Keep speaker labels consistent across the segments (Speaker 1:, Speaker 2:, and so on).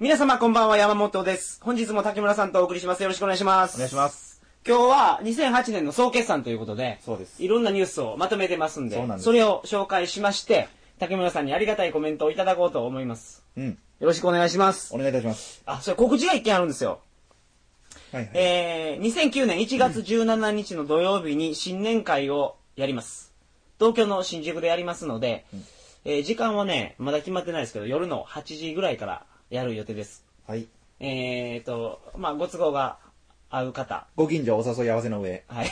Speaker 1: 皆様こんばんは、山本です。本日も竹村さんとお送りします。よろしくお願いします。
Speaker 2: お願いしま。す。
Speaker 1: 今日は2008年の総決算ということで、
Speaker 2: そうです
Speaker 1: いろんなニュースをまとめてますんで、
Speaker 2: そうなんです
Speaker 1: れを紹介しまして、竹村さんにありがたいコメントをいただこうと思います。
Speaker 2: うん。
Speaker 1: よろしくお願いします。
Speaker 2: お願いいたします。
Speaker 1: あ、それ告知が一件あるんですよ。
Speaker 2: はいはい。
Speaker 1: えー、2009年1月17日の土曜日に新年会をやります。東京の新宿でやりますので、えー時間はね、まだ決まってないですけど、夜の8時ぐらいからやる予定です。
Speaker 2: はい。
Speaker 1: えーと、まあ、ご都合が合う方、
Speaker 2: ご近所お誘い合わせの上。
Speaker 1: はい。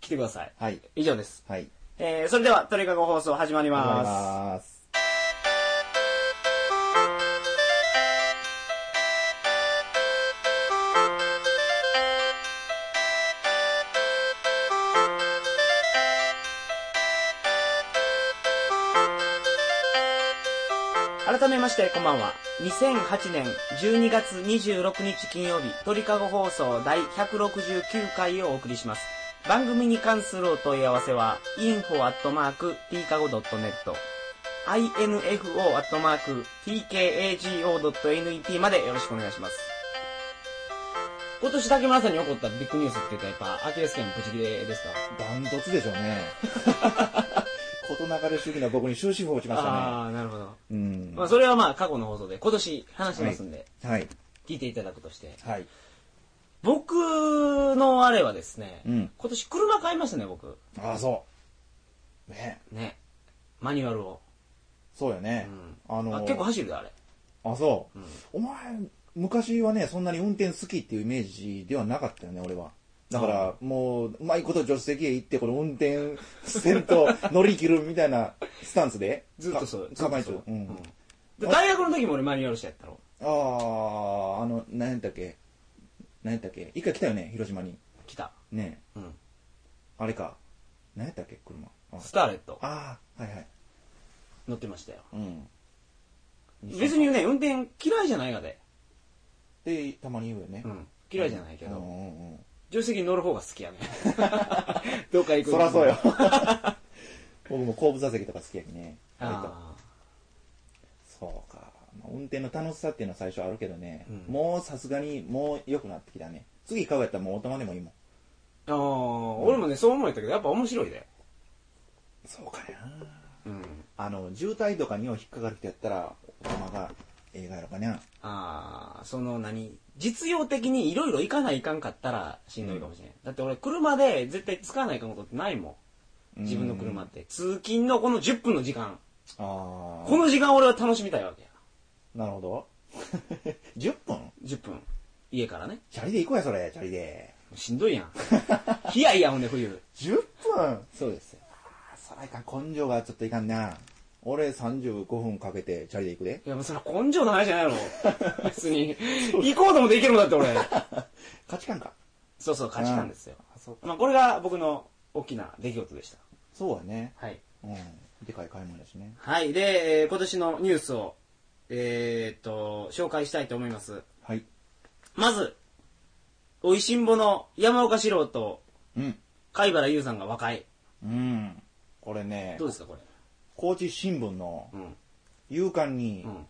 Speaker 1: 来てください。
Speaker 2: はい。
Speaker 1: 以上です。
Speaker 2: はい。
Speaker 1: えー、それでは、トリカゴ放送始まり
Speaker 2: お願いし
Speaker 1: ます。
Speaker 2: ます。
Speaker 1: 改めまして、こんばんは。2008年12月26日金曜日、鳥かご放送第169回をお送りします。番組に関するお問い合わせは、info.tkago.net、info.tkago.net までよろしくお願いします。今年竹村さんに起こったビッグニュースって言ったらやっぱ、アキレス腱プチ切れですか
Speaker 2: ダントツでしょう ね。こと流れ主義な僕に終止符を打ちましたね。
Speaker 1: ああ、なるほど。
Speaker 2: うん。
Speaker 1: まあ、それはまあ、過去の放送で、今年話しますんで、
Speaker 2: はい。
Speaker 1: 聞いていただくとして。
Speaker 2: はい。
Speaker 1: 僕のあれはですね、
Speaker 2: うん
Speaker 1: 今年車買いましたね、僕。
Speaker 2: ああ、そう。ね。
Speaker 1: ね。マニュアルを。
Speaker 2: そうよね。あのー
Speaker 1: あ結構走るで、あれ。
Speaker 2: あ、そう。お前、昔はね、そんなに運転好きっていうイメージではなかったよね、俺は。だから、もう、うまいこと助手席へ行って、この運転せんと乗り切るみたいなスタンスで。
Speaker 1: ずっとそう。ず
Speaker 2: か
Speaker 1: っ
Speaker 2: 構
Speaker 1: とそ
Speaker 2: え
Speaker 1: う。。
Speaker 2: てる
Speaker 1: う
Speaker 2: う
Speaker 1: ん
Speaker 2: ん。
Speaker 1: で大学の時も俺マニュアル車やったろ。
Speaker 2: ああ、あの、何やったっけ何やったっけ一回来たよね、広島に。
Speaker 1: 来た。
Speaker 2: ねえ
Speaker 1: うん。
Speaker 2: あれか。何やったっけ、車。あ
Speaker 1: スターレット
Speaker 2: あー、はいはい。
Speaker 1: 乗ってましたよ。
Speaker 2: うん。
Speaker 1: 別にね、運転嫌いじゃないがで。
Speaker 2: で、たまに言うよね。
Speaker 1: うん。嫌いじゃないけ
Speaker 2: うんう
Speaker 1: ど、
Speaker 2: んうん。
Speaker 1: 助手席に乗る方が好きやね。 どっか行く
Speaker 2: そらそうよ。。 僕も後部座席とか好きやきね。割と
Speaker 1: ああ。
Speaker 2: そうか。まあ運転の楽しさっていうのは最初あるけどね。
Speaker 1: うん
Speaker 2: もうさすがに、もう良くなってきたね。次買うやったらもうオートマでもいいもん。
Speaker 1: ああ、俺もね、そう思えたけど、やっぱ面白いで。
Speaker 2: そうかな。
Speaker 1: うん。
Speaker 2: あの、渋滞とかにを引っかかる人やったら、オートマが映画やろかね。
Speaker 1: ああ、その何実用的にいろいろ行かないかんかったらしんどいかもしれない、ん。だって俺車で絶対使わないかんことってないもん。自分の車って。通勤のこの10分の時間。
Speaker 2: あ
Speaker 1: この時間俺は楽しみたいわけや。
Speaker 2: あ。なるほど。10分
Speaker 1: 10分。家からね。
Speaker 2: チャリで行こうや、それ。チャリで。
Speaker 1: しんどい やん。冷やいやほんで冬。
Speaker 2: 10分
Speaker 1: そうですよ。
Speaker 2: あそらいかん、根性がちょっといかんな。俺35分かけてチャリで行くで。
Speaker 1: いやもうそれ根性の話じゃないやろ。別に。行こうと思って行けるもんだって俺。
Speaker 2: 価値観か。
Speaker 1: そうそう、価値観ですよ。
Speaker 2: あ、そうか。
Speaker 1: まあこれが僕の大きな出来事でした。
Speaker 2: そうはね。
Speaker 1: はい。
Speaker 2: うん。でかい買い物だしね。
Speaker 1: はい。で、えー今年のニュースを、えーっと、紹介したいと思います。
Speaker 2: はい。
Speaker 1: まず、おいしんぼの山岡四郎と
Speaker 2: うん。
Speaker 1: 貝原優さんが和解。
Speaker 2: うん。これね
Speaker 1: どう、ですか、これ。
Speaker 2: 高知新聞の
Speaker 1: うん。
Speaker 2: 夕刊に
Speaker 1: う、ん。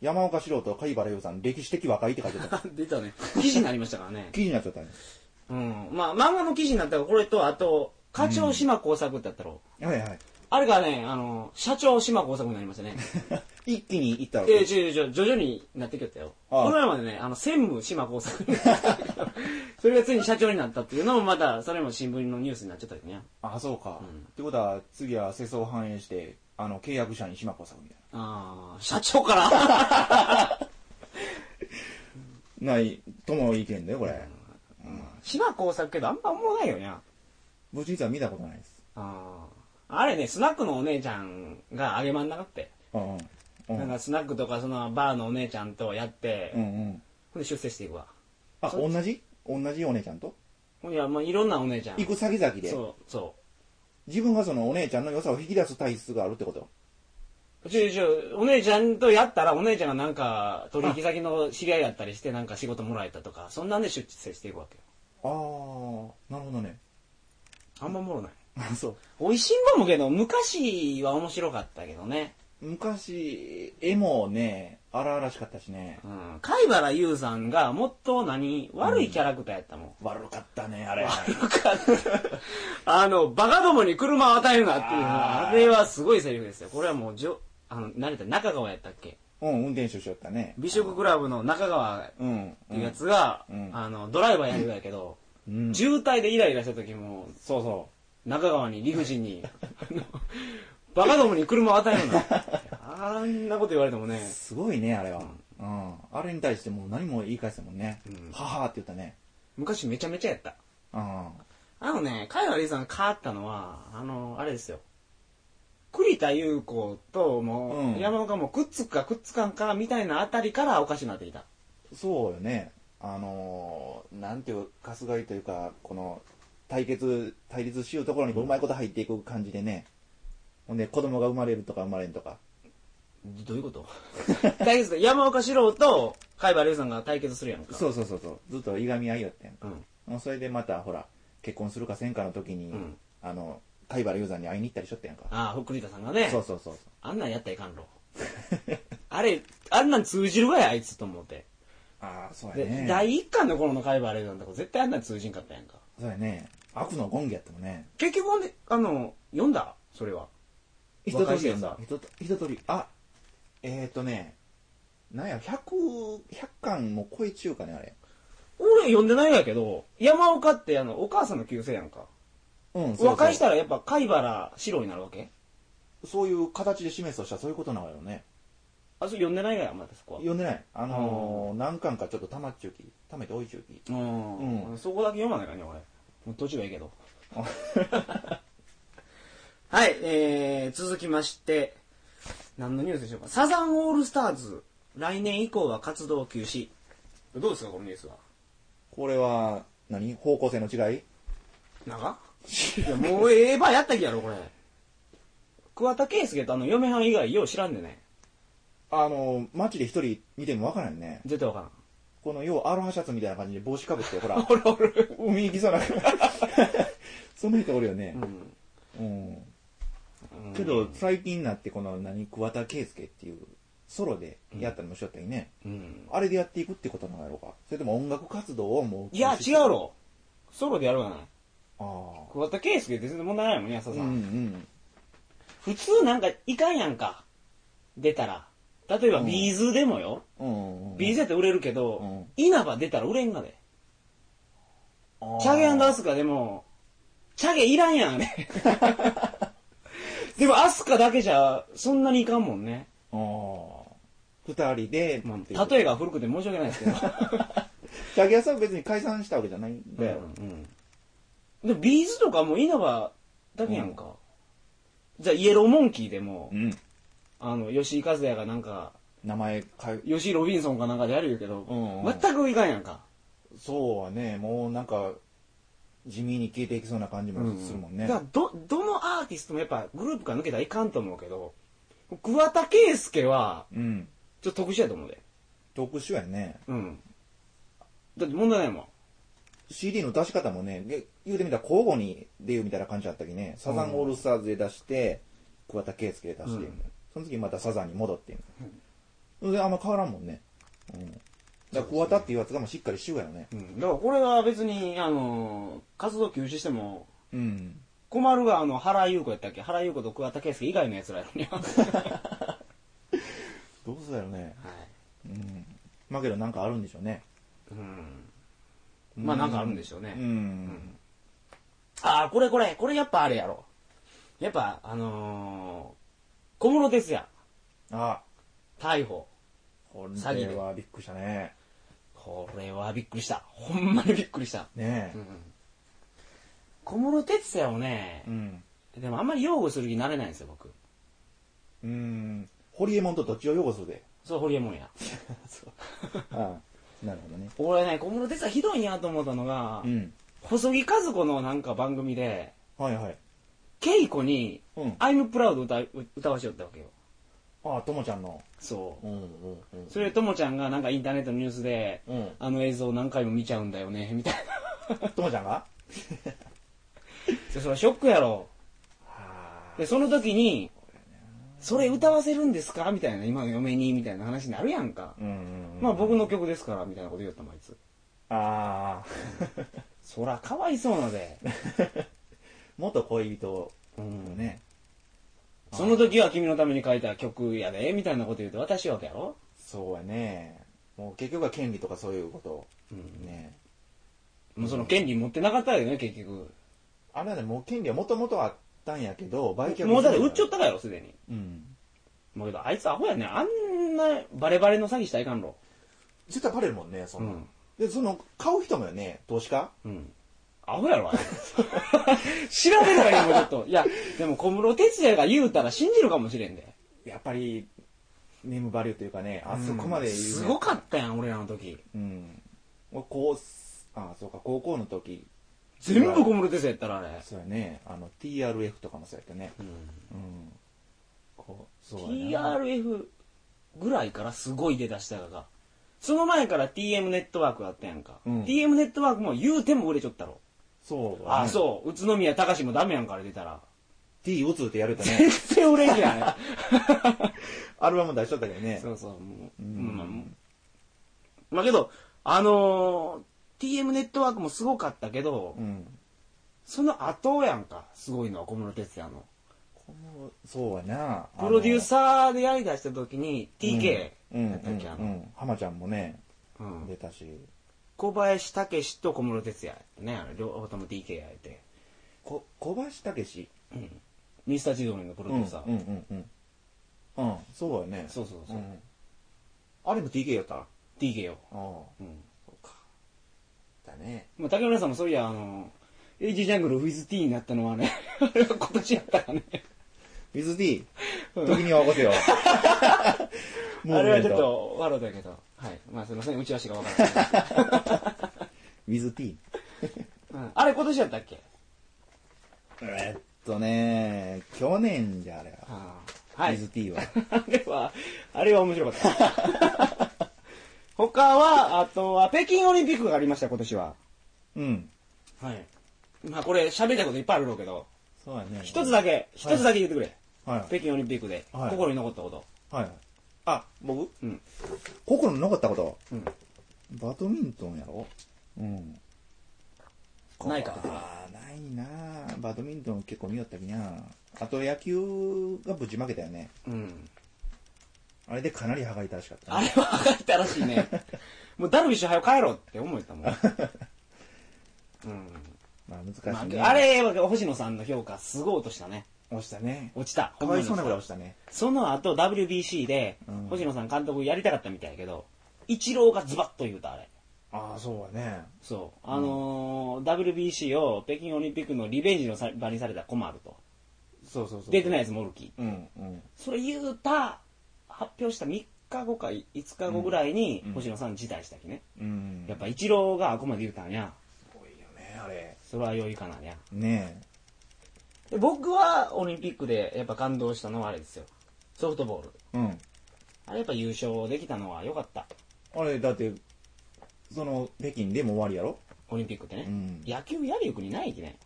Speaker 2: 山岡四郎と貝原優さん、歴史的和解って書いて た。
Speaker 1: 出たね。記事になりましたからね。
Speaker 2: 記事になっちゃったんです。
Speaker 1: うん。まあ、漫画の記事になったから、これと、あと、課長島工作ってあったろ。
Speaker 2: はいはい。
Speaker 1: あれがね、あの、社長島工作になりました ね。
Speaker 2: 一気に行ったわ
Speaker 1: えー、
Speaker 2: け。
Speaker 1: ちょいちょいちょい、徐々になってきよったよ。
Speaker 2: ああ
Speaker 1: この前までね、あの、専務島工作。 それがついに社長になったっていうのもまた、それも新聞のニュースになっちゃったけどね。
Speaker 2: あ、そうか。
Speaker 1: うん
Speaker 2: ってことは、次は世相を反映して、あの、契約者に島子さんみたい
Speaker 1: ああ、社長から
Speaker 2: な。ない、とも意見だよ、これ。
Speaker 1: 島工作けどあんま思わないよね。
Speaker 2: 僕実は見たことないです。
Speaker 1: ああ。あれね、スナックのお姉ちゃんが揚げまんなかって。
Speaker 2: うんうん。うん
Speaker 1: なんかスナックとかそのバーのお姉ちゃんとやって、
Speaker 2: うんうん。
Speaker 1: ほんで出世していくわ。
Speaker 2: あ、同じ同じお姉ちゃんと
Speaker 1: ほんで、まあ、いろんなお姉ちゃん。
Speaker 2: 行く先々で。
Speaker 1: そう、そ
Speaker 2: 自分がそのお姉ちゃんの良さを引き出す体質があるってこと
Speaker 1: う。ちょいちょい、お姉ちゃんとやったら、お姉ちゃんがなんか、取引先の知り合いやったりして、なんか仕事もらえたとか、そんなんで出世していくわけよ。
Speaker 2: ああ、なるほどね。
Speaker 1: あんまおもろない。
Speaker 2: あ そう。
Speaker 1: おいしんぼもけど、昔は面白かったけどね。
Speaker 2: 昔、絵もね、荒々しかったしね。
Speaker 1: うん。貝原優さんがもっと何、悪いキャラクターやったもん。
Speaker 2: 悪かったね、あれ。
Speaker 1: あの、バカどもに車を与えるなっていうの
Speaker 2: あ
Speaker 1: は、
Speaker 2: ー
Speaker 1: あれはすごいセリフですよ。これはもう、じょ、あの、慣れた中川やったっけ
Speaker 2: うん、運転手しよったね。
Speaker 1: 美食クラブの中川っ
Speaker 2: うん。
Speaker 1: ていうやつが、
Speaker 2: うんうん
Speaker 1: あの、ドライバーやるやけど、
Speaker 2: うん。
Speaker 1: 渋滞でイライラした時も、
Speaker 2: そうそ
Speaker 1: 中川に理不尽 に、あのバカどもに車を与えるな。あんなこと言われてもね
Speaker 2: う。、すごいね、あれは。うん。あれに対してもう何も言い返したもんね。ははーって言ったね。
Speaker 1: 昔めちゃめちゃやった。
Speaker 2: うん。
Speaker 1: あのね、海原理さんが変わったのは、あの、あれですよ。栗田優子と、も
Speaker 2: うん
Speaker 1: う、山岡もくっつくかくっつかんか、みたいなあたりからおかしになっていた。
Speaker 2: そうよね。あのー、なんていうか、春日井というか、この、対決、対立しようところにこううまいこと入っていく感じでね。ほんで、子供が生まれるとか生まれんとか。
Speaker 1: どういうこと対決で、山岡四郎と海原理さんが対決するやんか。
Speaker 2: そうそうそうそう。ずっといがみ合いよってん。
Speaker 1: うん。
Speaker 2: もうそれでまた、ほら、結婚するかせんかの時に、
Speaker 1: うん
Speaker 2: あの、貝原雄山に会いに行ったりしとったやんか。
Speaker 1: ああ、栗田さんがね、
Speaker 2: そうそうそうそう。
Speaker 1: あんなんやったらいかんろ。あれ、あんなん通じるわや、あいつと思って。
Speaker 2: ああ、そう
Speaker 1: で、
Speaker 2: やね。
Speaker 1: 第一巻の頃の海原理さんとか絶対あんなん通じんかったやんか。
Speaker 2: そうやね。悪の権化やったもんね。
Speaker 1: 結局ね、あの、読んだそれは。
Speaker 2: 一
Speaker 1: 若い
Speaker 2: 通り
Speaker 1: 人
Speaker 2: や
Speaker 1: やさ
Speaker 2: んだ。一と一通り。あ、えっ、ー、とね、なんや、100、100巻も超えちゅうかね、あれ。
Speaker 1: 俺読んでないんやけど、山岡ってあの、お母さんの旧姓やんか。
Speaker 2: うん、そうそう
Speaker 1: 和解したらやっぱ貝原四郎になるわけ
Speaker 2: そういう形で示すとしたらそういうことなのよね。
Speaker 1: あ、それ読んでないんや、またそこは。
Speaker 2: 読んでない。あのー何巻かちょっと溜まっちゅうき。溜めておいちゅうき。
Speaker 1: うん、
Speaker 2: うん
Speaker 1: そこだけ読まないからね、俺。もう途中はいいけど。 はい、えー、続きまして、何のニュースでしょうか。サザンオールスターズ、来年以降は活動休止。どうですか、このニュースは。
Speaker 2: これは何、方向性の違い
Speaker 1: 長いや、もうええばやったきやろ、これ。桑田佳祐とあの、嫁はん以外よう知らんでね。
Speaker 2: あのー、街で一人見てもわからんよね。
Speaker 1: 絶対わからん。
Speaker 2: この、要はアロハシャツみたいな感じで帽子かぶって、ほ ら、
Speaker 1: おるおる。
Speaker 2: 海行き そうな。そんな人おるよね
Speaker 1: う。ん。
Speaker 2: うん。
Speaker 1: うん
Speaker 2: けど、最近になって、この、何、桑田佳祐っていう、ソロでやったりもしよったりね。
Speaker 1: うん。
Speaker 2: あれでやっていくってことなのやろうか。それとも音楽活動をもう。
Speaker 1: いや、違う。ろ。ソロでやるわない。
Speaker 2: あ
Speaker 1: 桑田佳祐って全然問題ないもんね、安田
Speaker 2: あ。うん
Speaker 1: さ。
Speaker 2: うんん。
Speaker 1: 普通なんかいかんやんか。出たら。例えば、
Speaker 2: うん
Speaker 1: ビーズでもよ。
Speaker 2: うんうんうん。
Speaker 1: ビーズやって売れるけど、
Speaker 2: うん
Speaker 1: 稲葉出たら売れんがで。
Speaker 2: あー
Speaker 1: チャゲアスカでも、チャゲいらんや ん、あれでも、アスカだけじゃ、そんなにいかんもんね。
Speaker 2: ああ。二人で、
Speaker 1: ま
Speaker 2: っていう
Speaker 1: あ、例えが古くて申し訳ないですけど。
Speaker 2: チャゲ屋さんは別に解散したわけじゃないんだよ。
Speaker 1: うんでもビーズとかも稲葉だけやんか。じゃあ、イエローモンキーでも、
Speaker 2: うん。
Speaker 1: あの、吉井和也がなんか、
Speaker 2: 名前変え、
Speaker 1: 吉井ロビンソンかなんかでやるけど、
Speaker 2: うんうん
Speaker 1: 全くいかんやんか。
Speaker 2: そうはね、もうなんか、地味に消えていきそうな感じもするもんね。
Speaker 1: だから、ど、どのアーティストもやっぱグループから抜けたらいかんと思うけど、桑田佳祐は、
Speaker 2: うん。
Speaker 1: ちょっと特殊やと思うで。
Speaker 2: 特殊やね。
Speaker 1: うん。だって問題ないもん。
Speaker 2: CD の出し方もね、げ言うてみたら交互に出るみたいな感じだったきね、サザンオールスターズで出して、桑田佳祐で出して、
Speaker 1: うん
Speaker 2: その次またサザンに戻って、それであんま変わらんもんね。うん。だから桑田っていうやつがもうしっかりしようやろね。
Speaker 1: うん。だからこれは別に、あのー活動休止しても、
Speaker 2: うん。
Speaker 1: 困るが、あの、原優子やったっけ原優子と桑田佳祐以外の奴らやのに。は
Speaker 2: どうせだよね。うん。まあけどなんかあるんでしょうね。
Speaker 1: い。うん。まあなんかあるんでしょうね。
Speaker 2: うん。
Speaker 1: ああ、これこれ、これやっぱあれやろ。やっぱ、あのー、小室哲也、
Speaker 2: あ、
Speaker 1: 逮捕。
Speaker 2: こ
Speaker 1: 詐欺
Speaker 2: れ
Speaker 1: で
Speaker 2: はびっくりしたね。
Speaker 1: これはびっくりした。ほんまにびっくりした。
Speaker 2: ね
Speaker 1: うん小室哲也をね
Speaker 2: え。う、ん。
Speaker 1: でもあんまり擁護する気になれないんですよ、僕。
Speaker 2: うん。ホリエモンとどっちを擁護する で。
Speaker 1: そう、ホリエモンや。
Speaker 2: ああなるほどね。
Speaker 1: 俺ね、小室哲也ひどいなと思ったのが、
Speaker 2: うん。
Speaker 1: 細木和子のなんか番組で、
Speaker 2: はいはい。
Speaker 1: ケイコに、
Speaker 2: うん。
Speaker 1: アイムプラウド歌い歌わしよったわけよ。
Speaker 2: ああ、ともちゃんの。
Speaker 1: そ
Speaker 2: うんうんうん
Speaker 1: う。それ、ともちゃんがなんかインターネットのニュースで、
Speaker 2: うん。
Speaker 1: あの映像何回も見ちゃうんだよね、みたいな。
Speaker 2: ともちゃんが
Speaker 1: それはショックやろ。
Speaker 2: は
Speaker 1: で、その時に、それ歌わせるんですかみたいな、今の嫁に、みたいな話になるやんか。
Speaker 2: うんうんうん
Speaker 1: まあ僕の曲ですから、みたいなこと言ったもん、あいつ。
Speaker 2: ああ
Speaker 1: そら、かわいそうなで。
Speaker 2: 元恋人
Speaker 1: うん
Speaker 2: ね
Speaker 1: その時は君のために書いた曲やで、みたいなこと言うと私はわけやろ
Speaker 2: そうやねもう結局は権利とかそういうこ
Speaker 1: うん
Speaker 2: とね
Speaker 1: もうその権利持ってなかったよね、結局。
Speaker 2: あれはねもう権利はもともとあったんやけど売却
Speaker 1: もうだって売っちゃ
Speaker 2: っ
Speaker 1: ったからよ、すでに。
Speaker 2: うん
Speaker 1: もうけど、あいつアホやね。あんなバレバレの詐欺したらいかんろ。
Speaker 2: 絶対バレるもんねそんな、
Speaker 1: うん
Speaker 2: でその買う人もよね投資家
Speaker 1: うん。アホやろ、あれ調べればいいもん、ちょっと。いや、でも小室哲也が言うたら信じるかもしれんで。
Speaker 2: やっぱりネームバリューというかねあそこまで言う、ね
Speaker 1: すごかったやん、俺らの時。
Speaker 2: うん俺こうあそうか高校の時
Speaker 1: 全部小室哲也やったら、あれ。
Speaker 2: そうやねあの TRF とかもそうやったね
Speaker 1: うん
Speaker 2: うんこうそうやな
Speaker 1: TRF ぐらいからすごい出だしたがその前から TM ネットワークがあったやんか、
Speaker 2: うん
Speaker 1: TM ネットワークも言うても売れちゃったろ、
Speaker 2: そう
Speaker 1: あそう宇都宮隆もダメやんから出たら
Speaker 2: う T 打つってやるとね
Speaker 1: 全然売れんじゃん
Speaker 2: アルバム出しちゃったけどね
Speaker 1: そうそうもう、
Speaker 2: ん
Speaker 1: まあもうまあけどあのー TM ネットワークもすごかったけど、
Speaker 2: うん
Speaker 1: その後やんかすごいのは小室哲也の
Speaker 2: このそうやな
Speaker 1: プロデューサーでやりだした時に TK
Speaker 2: うん
Speaker 1: やったっけ、あ
Speaker 2: うんう
Speaker 1: の、
Speaker 2: ん浜ちゃんもね
Speaker 1: うん
Speaker 2: 出たし
Speaker 1: 小林武史と小室哲也ねあの両方とも DK やれて、
Speaker 2: こ小林武史
Speaker 1: うん、ミスターチルドレンのプロデューサー、
Speaker 2: うんうんうんうんうんそうやね
Speaker 1: そうそうそう、
Speaker 2: んあれも TK やったあ
Speaker 1: DK よ、
Speaker 2: あ
Speaker 1: うん
Speaker 2: そうかだね
Speaker 1: まあ、竹村さんもそういやあのエイジジャングルウィズ T になったのはね あれは今年やったからね
Speaker 2: With D 時には起こせよ
Speaker 1: あれはちょっと笑うたけどはいまあすいません打ち足が分からない、
Speaker 2: With T
Speaker 1: うんあれ今年やったっけ
Speaker 2: えっとね去年じゃあれは
Speaker 1: あーはい
Speaker 2: With T は
Speaker 1: あれはあれは面白かった 他はあとは北京オリンピックがありました今年は
Speaker 2: うん
Speaker 1: はいまあこれ喋りたいこといっぱいあるろうけど
Speaker 2: そうやね
Speaker 1: 一つだけ、一つだけ言ってくれ。
Speaker 2: はい
Speaker 1: 北京オリンピックで、
Speaker 2: はい
Speaker 1: 心に残ったこと。
Speaker 2: はいあ僕
Speaker 1: うん。
Speaker 2: 心に残ったこと
Speaker 1: うん。
Speaker 2: バドミントンやろうん
Speaker 1: ないか
Speaker 2: あーないなあバドミントン結構見よったきなあと野球がぶちまけたよね
Speaker 1: うん。
Speaker 2: あれでかなり歯が痛らしかった
Speaker 1: あ
Speaker 2: ね
Speaker 1: れは分かったらしい ね。もうダルビッシュ早く帰ろうって思えたもん。う
Speaker 2: まあ
Speaker 1: ん。
Speaker 2: 難しいね
Speaker 1: まあ、あれは星野さんの評価、すごい落としたね。
Speaker 2: 押したね
Speaker 1: 落ちた。
Speaker 2: かわいそうなぐらい
Speaker 1: 落
Speaker 2: 押したね
Speaker 1: その後 WBC で、
Speaker 2: うん
Speaker 1: 星野さん監督やりたかったみたいやけど、イチローがズバッと言うた、あれ。
Speaker 2: ああそうやね
Speaker 1: そう。あのー WBC を北京オリンピックのリベンジのさ場にされたら困ると。
Speaker 2: そうそうそう
Speaker 1: 出てないやつもおるき。
Speaker 2: うんうん
Speaker 1: それ言うた、発表した3日後か5日後ぐらいに、星野さん辞退したきね。
Speaker 2: うん
Speaker 1: やっぱイチローがあくまで言うたんや。
Speaker 2: すごいよねあれ
Speaker 1: それは良いかなや。
Speaker 2: ねえ
Speaker 1: で僕はオリンピックでやっぱ感動したのはあれですよ。ソフトボール。
Speaker 2: うん
Speaker 1: あれやっぱ優勝できたのは良かった。
Speaker 2: あれだってその北京でも終わりやろ
Speaker 1: オリンピックってね。
Speaker 2: うん
Speaker 1: 野球やるよくにないきね。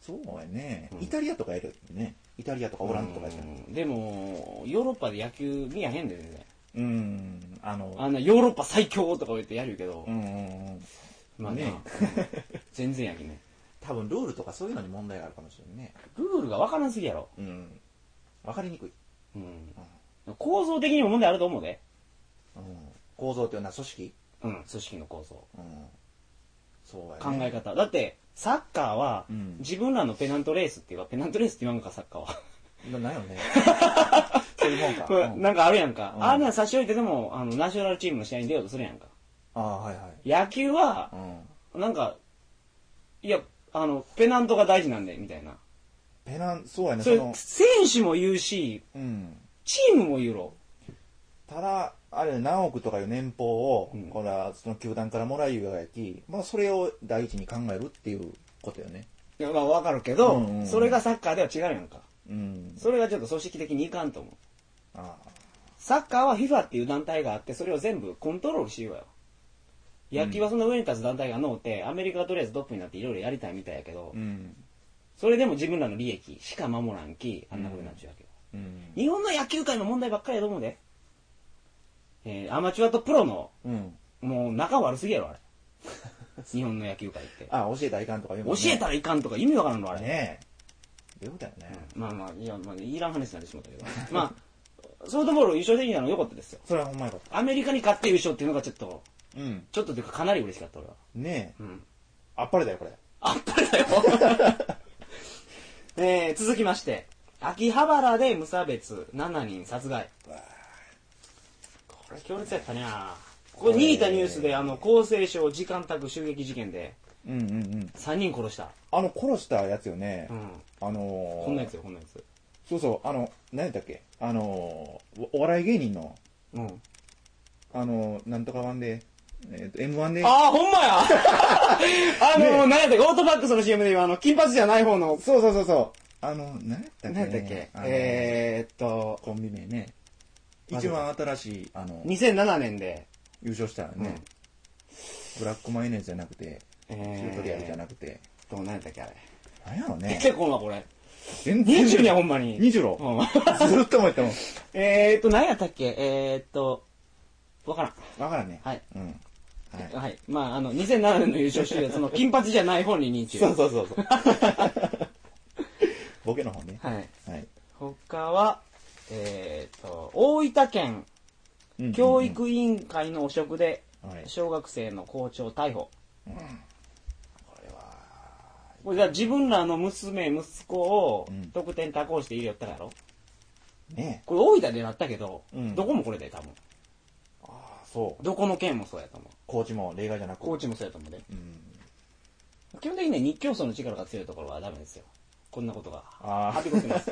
Speaker 2: そうやね、
Speaker 1: うん
Speaker 2: イタリアとかやるよねイタリアとかオランダとかやったよね
Speaker 1: うんでも、ヨーロッパで野球見やへんでね。
Speaker 2: うんあの
Speaker 1: あんなヨーロッパ最強とか言ってやるけど
Speaker 2: う、んうんうん
Speaker 1: まあね
Speaker 2: ね、
Speaker 1: 全然やきね。
Speaker 2: 多分ルールとかそういうのに問題があるかもしれないね
Speaker 1: ルールが分からんすぎやろ。
Speaker 2: うん分かりにくい、
Speaker 1: うん
Speaker 2: うん
Speaker 1: 構造的にも問題あると思うで。
Speaker 2: うん構造っていうのは組織、
Speaker 1: うん、組織の構造。
Speaker 2: うん、そう
Speaker 1: 考
Speaker 2: や、
Speaker 1: え
Speaker 2: ね、
Speaker 1: 方。だって、サッカーは
Speaker 2: うん、
Speaker 1: 自分らのペナントレースっていうか、ペナントレースって言わんのか、サッカー
Speaker 2: 考えななんよ ねそういうもんか、
Speaker 1: は。
Speaker 2: うん
Speaker 1: なんかあるやんか。
Speaker 2: うん
Speaker 1: あんなん差し置いてでも、あの、ナショナルチームの試合に出ようとするやんか。
Speaker 2: ああはいはい、
Speaker 1: 野球は
Speaker 2: う、ん、
Speaker 1: なんか、いや、あの、ペナントが大事なんで、みたいな。
Speaker 2: ペナンそうやね
Speaker 1: そ
Speaker 2: そ
Speaker 1: れ
Speaker 2: の、
Speaker 1: 選手も言うし、
Speaker 2: うん、
Speaker 1: チームも言うろ。
Speaker 2: ただあれ何億とかいう年俸を、
Speaker 1: うん
Speaker 2: これはその球団からもらうようやき、まあ、それを第一に考えるっていうことよね
Speaker 1: いや、まあわかるけど、
Speaker 2: うんうん
Speaker 1: それがサッカーでは違うやんか。
Speaker 2: うん
Speaker 1: それがちょっと組織的にいかんと思う。
Speaker 2: ああ
Speaker 1: サッカーは FIFA っていう団体があって、それを全部コントロールしようよ。野球はその上に立つ団体がのうて、アメリカはとりあえずトップになっていろいろやりたいみたいやけど、
Speaker 2: うん
Speaker 1: それでも自分らの利益しか守らんき、あんなことになっちゃうわけよ。
Speaker 2: うん。
Speaker 1: 日本の野球界の問題ばっかりやと思うで。えーアマチュアとプロの、
Speaker 2: うん。
Speaker 1: もう仲悪すぎや ろ、あれ。日本の野球界って。
Speaker 2: あ、教えたらいかんとか言う
Speaker 1: 教えたらいかんとか意味わからんの、あ
Speaker 2: ら
Speaker 1: れ。
Speaker 2: ねえ。どういうことやろね。
Speaker 1: まあまあ、いや、まあ、いらん話になってしまったけど。まあ、ソフトボール優勝できたの良かったですよ。
Speaker 2: それはほんまよかっ
Speaker 1: アメリカに勝って優勝っていうのがちょっと、
Speaker 2: た。うん。
Speaker 1: ちょっとというかかなり嬉しかった、俺は。
Speaker 2: ねえ。
Speaker 1: うん。
Speaker 2: あっぱれだよ、これ。
Speaker 1: あっぱれだよ。えー、続きまして。秋葉原で無差別7人殺害。これ強烈やったね。これ、逃げたニュースで、あの、厚生省時間宅襲撃事件で
Speaker 2: うんうんうん。
Speaker 1: 3人殺した。
Speaker 2: あの、殺したやつよね
Speaker 1: う。ん。
Speaker 2: あのー、
Speaker 1: こんなやつよ、こんなやつ。
Speaker 2: そうそう、あの、何やったっけあのー、おお笑い芸人の、
Speaker 1: うん。
Speaker 2: あのー、なんとか版で、えっ、と、M1 で、
Speaker 1: ああ、ほんまや あの、なんやったっけ、オートバックスの CM で今、あの、金髪じゃない方の、
Speaker 2: そうそうそうそう、あの、何やったっけ、
Speaker 1: なんやったっけ、
Speaker 2: あのー
Speaker 1: えーっと、
Speaker 2: コンビ名ね。
Speaker 1: まず
Speaker 2: 一番新しい、あの、
Speaker 1: 2007年で、
Speaker 2: 優勝したね、
Speaker 1: うん
Speaker 2: ブラックマヨネーズじゃなくて、
Speaker 1: え
Speaker 2: チュートリアルじゃ
Speaker 1: ーっ
Speaker 2: なくて、
Speaker 1: と、なんやったっけ、あれ。
Speaker 2: なんやろね。
Speaker 1: 結構な、これ。
Speaker 2: 全
Speaker 1: 20や、ほ
Speaker 2: ん
Speaker 1: んま に。
Speaker 2: 20ろ。
Speaker 1: うん
Speaker 2: ずっと思っても。
Speaker 1: えーっと、何やったっけえーっと、わからん。
Speaker 2: わからんね。
Speaker 1: はい。
Speaker 2: うん。はい。
Speaker 1: はい。まあ、あの、2007年の優勝してるやつ の金髪じゃない方に認知。
Speaker 2: そうそうそうそう。ボケの方ね。
Speaker 1: はい。
Speaker 2: はい。
Speaker 1: 他は、えーっと、大分県
Speaker 2: うんうんうん
Speaker 1: 教。育委員会の汚職で、
Speaker 2: はい。
Speaker 1: 小学生の校長逮捕。
Speaker 2: これは、
Speaker 1: これだから自分らの娘、息子を
Speaker 2: うん
Speaker 1: 得点多項して入れよったやろ
Speaker 2: ね
Speaker 1: これ大分でなったけど、
Speaker 2: うん
Speaker 1: どこもこれで多分。
Speaker 2: ああ、そう。
Speaker 1: どこの県もそうやと思う。
Speaker 2: コーチも例外じゃなく。
Speaker 1: 高知もそうやと思うで。
Speaker 2: うん。
Speaker 1: 基本的にね、日教組の力が強いところはダメですよ。こんなことが。
Speaker 2: あー
Speaker 1: はびこって ます。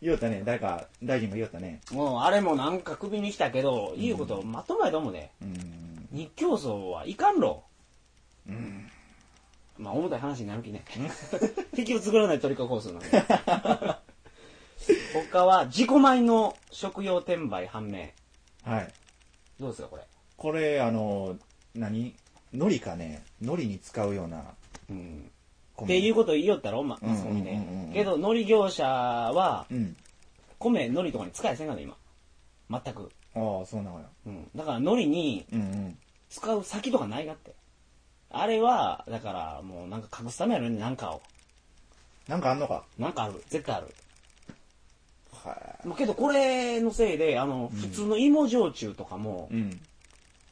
Speaker 2: 言おったね、誰か、大臣が言おったね。
Speaker 1: もう、あれもなんか首にしたけど、いいことまとまいと思うで。
Speaker 2: うん。
Speaker 1: 日教組はいかんろ。まあ、重たい話になるきね。 敵を作らない鳥か放送なんで。 他は、自己米の食用転売判明。
Speaker 2: はい。
Speaker 1: どうですか、これ。
Speaker 2: これ、あの、何海苔かね、海苔に使うような
Speaker 1: うん。
Speaker 2: 米。
Speaker 1: っていうこと言いよったろ、ま、
Speaker 2: うんうん
Speaker 1: マスコミで
Speaker 2: うんうんうん。
Speaker 1: けど、海苔業者は、
Speaker 2: うん。
Speaker 1: 米、海苔とかに使えせんがね、今。全く。
Speaker 2: ああ、そうなのよ。
Speaker 1: うん。だから、海苔に
Speaker 2: うんうん。
Speaker 1: 使う先とかないがって。あれは、だから、もうなんか隠すためやろになんかを。
Speaker 2: なんかあんのか
Speaker 1: なんかある。絶対ある。
Speaker 2: は
Speaker 1: もうけど、これのせいで、あの、普通の芋焼酎とかも、
Speaker 2: うん。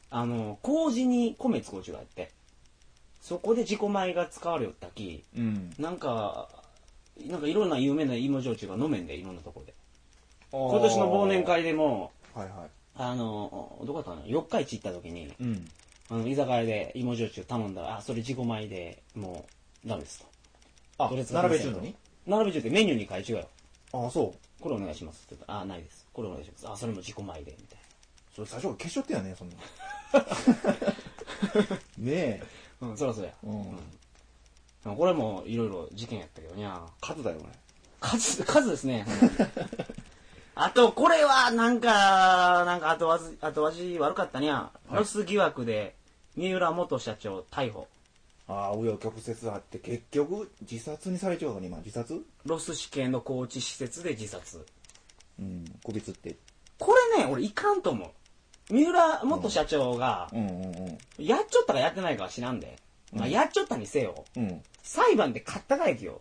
Speaker 1: あの、麹に米使うちゅうがやって。そこで自己米が使われよったき、
Speaker 2: うん。
Speaker 1: なんか、なんかいろんな有名な芋焼酎が飲めんで、いろんなところで。
Speaker 2: 今
Speaker 1: 今年の忘年。会でも、
Speaker 2: はいは
Speaker 1: あの、どこだったの四日市行った時に、
Speaker 2: い。うん。
Speaker 1: あの、居酒屋で芋焼酎頼んだら、あ、それ自己米でもう、ダメですと。
Speaker 2: あ
Speaker 1: どれ、使って
Speaker 2: 並
Speaker 1: ま
Speaker 2: べ
Speaker 1: す
Speaker 2: 中のに
Speaker 1: 並べちゅうてメニューに変えちゅうやろ。
Speaker 2: ああ、そう。
Speaker 1: これお願いしますって言ったら、あ、ないです。これお願いします。あ、それも自己米で、みたい
Speaker 2: それ最初から消しちゃったよね、 そんな。ねえ。
Speaker 1: な。うん、そらそうや。
Speaker 2: うん。
Speaker 1: うんこれもいろいろ事件やったけどにゃ。
Speaker 2: 数だよ、これ。
Speaker 1: 数、数ですね。あと、これは、なんか、なんか後味、後味悪かったにゃ。ロス疑惑で、三浦元社長逮捕。
Speaker 2: ああ、紆余曲折あって、結局、自殺にされちゃうのに、今、自殺
Speaker 1: ロス死刑の高知施設で自殺。
Speaker 2: うん、個別って。
Speaker 1: これね、俺いかんと思う。三浦元社長が、
Speaker 2: うんうんうん。
Speaker 1: やっちゃったかやってないかは知らんで。まあ、やっちゃったにせよ。
Speaker 2: うん。
Speaker 1: 裁判で勝ったがいきよ。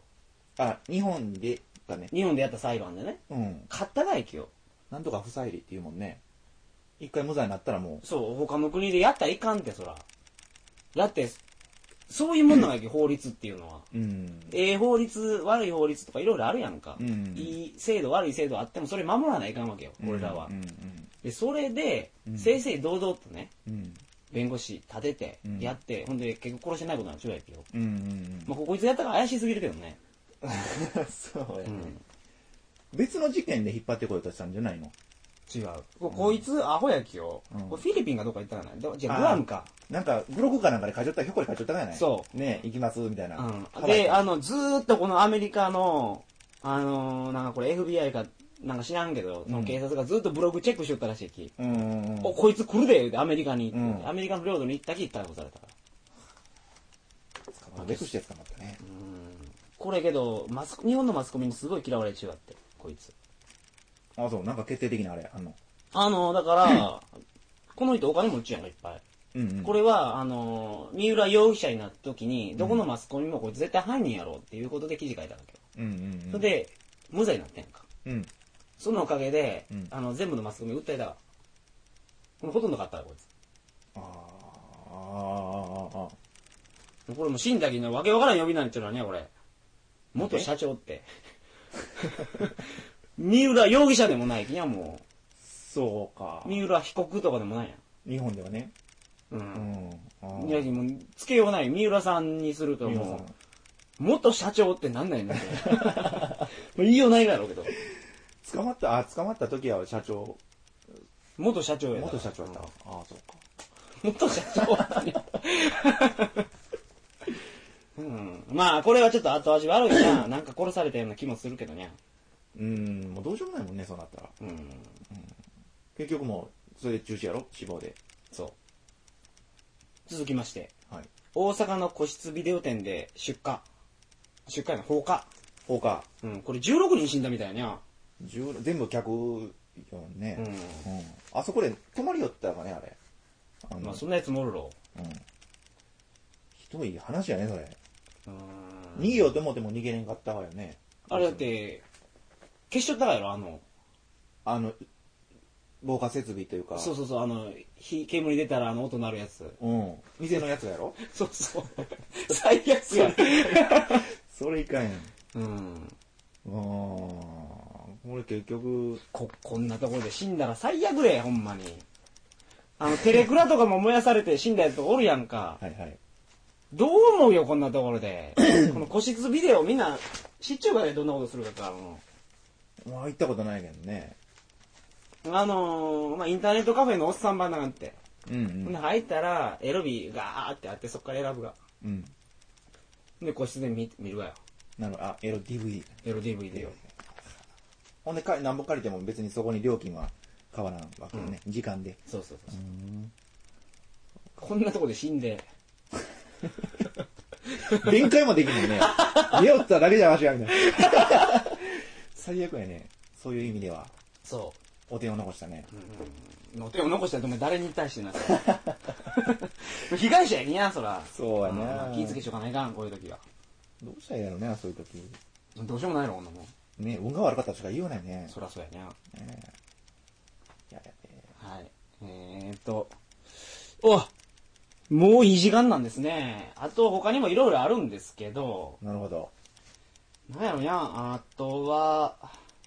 Speaker 2: あ、日本で、だね。
Speaker 1: 日本でやった裁判でね。
Speaker 2: うん。
Speaker 1: 勝ったがいきよ。
Speaker 2: なんとか不再理っていうもんね。一回無罪になったらも
Speaker 1: そう、他の国でやったらいかんって、そら。だって、そういうもんなんやけ、法律っていうのは。
Speaker 2: う。うん。
Speaker 1: ええ法律、悪い法律とかいろいろあるやんか。
Speaker 2: うん
Speaker 1: いい制度、悪い制度あっても、それ守らないかんわけよ、俺らは。
Speaker 2: うん
Speaker 1: で、それで
Speaker 2: う、ん
Speaker 1: 正々堂々とね、
Speaker 2: うん。うん。
Speaker 1: 弁護士立てて
Speaker 2: う、ん
Speaker 1: やって、ほんで結局殺してないことなんちゅうやけど。
Speaker 2: うんうん
Speaker 1: まあ、ここいつやったから怪しすぎるけどね。
Speaker 2: うん。 そう
Speaker 1: う
Speaker 2: やね
Speaker 1: ん。
Speaker 2: 別の事件で引っ張ってこようとしたんじゃないの
Speaker 1: 違う。ここいつ、アホやきよ。
Speaker 2: うん
Speaker 1: これフィリピンかどっか行ったかな。どじゃあ、
Speaker 2: あー
Speaker 1: グアムか。
Speaker 2: なんか、ブログかなんかで書いちゃった、ひょっこり書いちゃったかやない。
Speaker 1: そう
Speaker 2: ねえ行きます、みたいな。
Speaker 1: うん。
Speaker 2: ハワイ
Speaker 1: で、あの、ずーっとこのアメリカの、あのーなんかこれ FBI か、なんか知らんけど、その警察がずーっとブログチェックしよったらしいき。
Speaker 2: うんうんうん。
Speaker 1: お、こいつ来るで、言うてアメリカに、
Speaker 2: うん
Speaker 1: アメリカの領土に行ったき、逮捕されたから。
Speaker 2: 捕まった。レクして捕まったね。
Speaker 1: これけど、マスコ日本のマスコミにすごい嫌われちゅうわって、こいつ。
Speaker 2: あ、そう、なんか決定的なあれ、あの。
Speaker 1: あの、だから、 この人お金持ちやんか、いっぱい。
Speaker 2: うん、うん。
Speaker 1: これは、あの、三浦容疑者になった時に、どこのマスコミもこれ絶対犯人やろっていうことで記事書いたわけよ。
Speaker 2: うんうんうん。
Speaker 1: それで、無罪になってんか。
Speaker 2: うん。
Speaker 1: そのおかげで、
Speaker 2: うん
Speaker 1: あの、全部のマスコミ訴えたわ。もうほとんど勝ったわ、こいつ。
Speaker 2: あーあー、あーあー、
Speaker 1: もうこれもう死んだけど、わけわからん呼びなんちゅうのはね、これ。元社長って。三浦容疑者でもないきや、も
Speaker 2: そうか
Speaker 1: う。。三浦被告とかでもないやん。
Speaker 2: 日本ではね。
Speaker 1: う。
Speaker 2: うんん。あー
Speaker 1: いや、もう、つけようない。三浦さんにすると
Speaker 2: 皆さ
Speaker 1: も
Speaker 2: ん
Speaker 1: う、元社長ってなん ないんだよ。もう言いようないだろうけど。
Speaker 2: 捕まった、あ、捕まった時は社長、
Speaker 1: 元社長や
Speaker 2: 元社長だったた。ああ、そうか。
Speaker 1: 元社長やったねうん。まあ、これはちょっと後味悪いな。なんか殺されたような気もするけどね。
Speaker 2: うん、もうどうしようもないもんね、そうなったら。
Speaker 1: うん。
Speaker 2: 結局もう、それで中止やろ死亡で。
Speaker 1: そう。続きまして。
Speaker 2: はい。
Speaker 1: 大阪の個室ビデオ店で出火。出火やな、放火。
Speaker 2: 放火。
Speaker 1: うん。これ16人死んだみたいやな。
Speaker 2: 十全部客やんね、
Speaker 1: う
Speaker 2: うんあそこで泊まりよったかね、あれ。あの
Speaker 1: まあ、そんなやつもおるろ。
Speaker 2: うん。ひどい話やね、それ。
Speaker 1: うん。
Speaker 2: 逃げようと思っても逃げれんかったわよね。
Speaker 1: あれだっ。て、決勝だやろ、あの、
Speaker 2: あの、防火設備というか。
Speaker 1: そうそうそう、あの、火、煙出たらあの音鳴るやつ。
Speaker 2: うん。店のやつやろ
Speaker 1: そうそう。 最悪や。
Speaker 2: それいかんやん。
Speaker 1: うん。
Speaker 2: うーん。これ結局、
Speaker 1: こ、こんなところで死んだら最悪で、ほんまに。あの、テレクラとかも燃やされて死んだやつおるやんか。
Speaker 2: はいはい。
Speaker 1: どう思うよ、こんなところで。この個室ビデオみんな、知っちゃうからね、どんなことするかか。も
Speaker 2: まあ行ったことないけどね。
Speaker 1: うあのー、まあ、インターネットカフェのおっさん版なんて。
Speaker 2: うん
Speaker 1: ほんで入ったら、エロビガーってあって、そっから選ぶが。
Speaker 2: うん。うん。
Speaker 1: で、個室で見見るわよ。
Speaker 2: なるほど。あ、エロ DV。
Speaker 1: エロ DV でよ。
Speaker 2: ほんで、か何本借りても別にそこに料金は変わらんわけよね。時間で。
Speaker 1: そうそうそうそう。こんなとこで死んで。
Speaker 2: 弁解もできんもんね。 出よっただけじゃわしやみたいな。 最悪やね。そういう意味では、
Speaker 1: そ
Speaker 2: お手を残したね。
Speaker 1: う。お手を残したらお前誰に対してなさ被害者やにや、そら。
Speaker 2: そうや
Speaker 1: な
Speaker 2: な
Speaker 1: 気ぃつけちょかないかん、こういう時は。
Speaker 2: どうしたらいいやろうね、そういう時。
Speaker 1: どうしようもないろ、こんなもん。
Speaker 2: ね、運が悪かったとしか言いようないね。
Speaker 1: そらそうやにゃ。
Speaker 2: ねいやいやえ
Speaker 1: はい。えーっと。おもういい時間なんですね。あと他にもいろいろあるんですけど、
Speaker 2: ーなるほど。
Speaker 1: なんやろにゃ、あとは、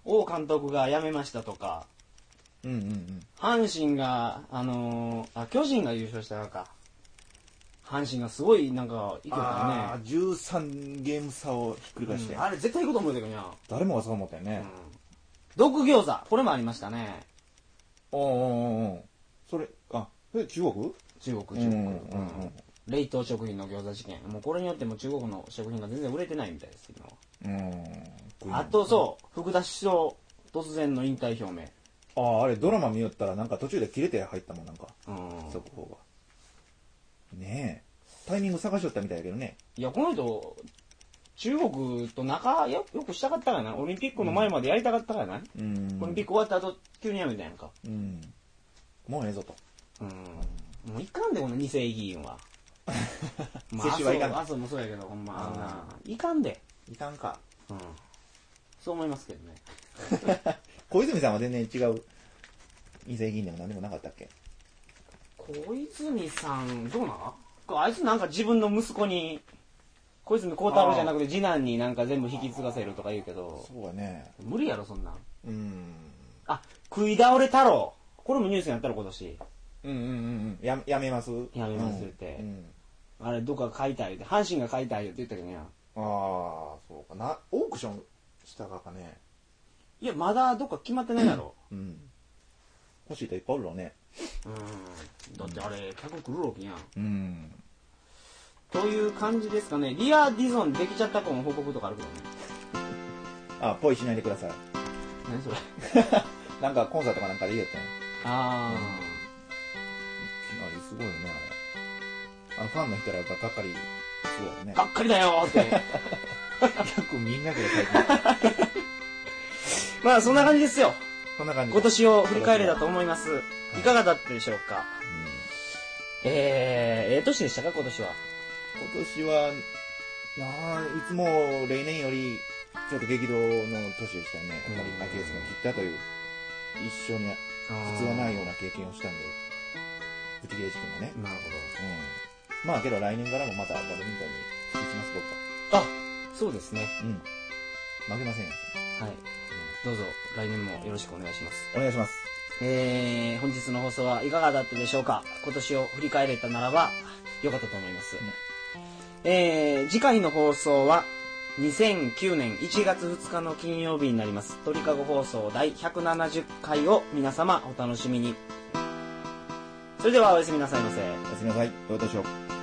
Speaker 1: 王監督が辞めましたとか、
Speaker 2: うんうんうん。
Speaker 1: 阪神が、あのーあ、巨人が優勝したのか。阪神がすごい、なんか、いく
Speaker 2: あ
Speaker 1: か
Speaker 2: あ、13ゲーム差をひっくり
Speaker 1: ね、
Speaker 2: 返して
Speaker 1: うん。あれ絶対いくと思うけどにゃ。
Speaker 2: 誰もがそう思ったよ
Speaker 1: う
Speaker 2: ね
Speaker 1: ん。。毒餃子、これもありましたね。
Speaker 2: おうんうんうん。それ、あ、それ中国
Speaker 1: 中国、中国。
Speaker 2: うんうん
Speaker 1: うん冷凍食品の餃子事件。もうこれによっても中国の食品が全然売れてないみたいです、今は。
Speaker 2: うん。
Speaker 1: あとそう、福田首相、突然の引退表明。
Speaker 2: う。ああ、あれドラマ見よったらなんか途中で切れて入ったもん、なんか。
Speaker 1: うん。
Speaker 2: 速報が。ねえ。タイミング探しよったみたいやけどね。
Speaker 1: いや、この人、中国と仲よよくしたかったからな。オリンピックの前までやりたかったからな。
Speaker 2: うん
Speaker 1: オリンピック終わった後、急にやめたやんか。
Speaker 2: うん。もうええぞと。
Speaker 1: うん。もういかんで、この二世議員 は。まあ、
Speaker 2: 世襲はいかん
Speaker 1: 麻生麻生もそうやけど、ほんま、あんないかんで。
Speaker 2: いかんか。
Speaker 1: うん。そう思いますけどね。
Speaker 2: 小泉さんは全然違う。二世議員でも何でもなかったっけ
Speaker 1: 小泉さん、どうなんあいつなんか自分の息子に、小泉孝太郎じゃなくて次男になんか全部引き継がせるとか言うけど、
Speaker 2: うだね。
Speaker 1: 無理やろ、そんなん。
Speaker 2: うん。
Speaker 1: あ、食い倒れ太郎。これもニュースになったろ、今年。
Speaker 2: うんうんうん。や、やめます
Speaker 1: やめますって
Speaker 2: うん。うん
Speaker 1: あれ、どっか買いたいって、阪神が買いたいよって言ったけどね。
Speaker 2: ああ、そうかな。オークションしたかかね。
Speaker 1: いや、まだどっか決まってないやろ。
Speaker 2: うん。欲しいといっぱいおるろうね。
Speaker 1: うん。だってあれ、客来るろきやん。
Speaker 2: うん。
Speaker 1: という感じですかね。リア・ディゾンできちゃった子も報告とかあるけどね。
Speaker 2: あ、ポイしないでください。
Speaker 1: 何それ。
Speaker 2: なんかコンサートかなんかで言えたね。
Speaker 1: あ
Speaker 2: あれすごいよね、あれ。あの、ファンの人らやっぱがっかりするよね
Speaker 1: ー。。がっかりだよー って。
Speaker 2: 結構みんなで最近。
Speaker 1: まあ、そんな感じですよ。
Speaker 2: こんな感じで
Speaker 1: 今年を振り返れたと思います。いかがだったでしょうかえー、ええ年でしたか、今年は。
Speaker 2: 今年は、なあ、いつも例年より、ちょっと激動の年でしたね。やっぱり
Speaker 1: うん
Speaker 2: アキレスも切ったという、一生に普通はないような経験をしたんで、ブチギレ君がね。
Speaker 1: なる
Speaker 2: うん。まあけど来年からもまたバドミントンに行きます、僕は。
Speaker 1: ほど。あ、そうですね。
Speaker 2: うん。負けませんよ。
Speaker 1: はい。どうぞ、来年もよろしくお願いします。
Speaker 2: お願いします。
Speaker 1: えー、本日の放送はいかがだったでしょうか今年を振り返れたならば、良かったと思います。えー、次回の放送は、2009年1月2日の金曜日になります。鳥かご放送第170回を皆様お楽しみに。それではおやすみなさいませ。
Speaker 2: おやすみなさい。どうでしょう。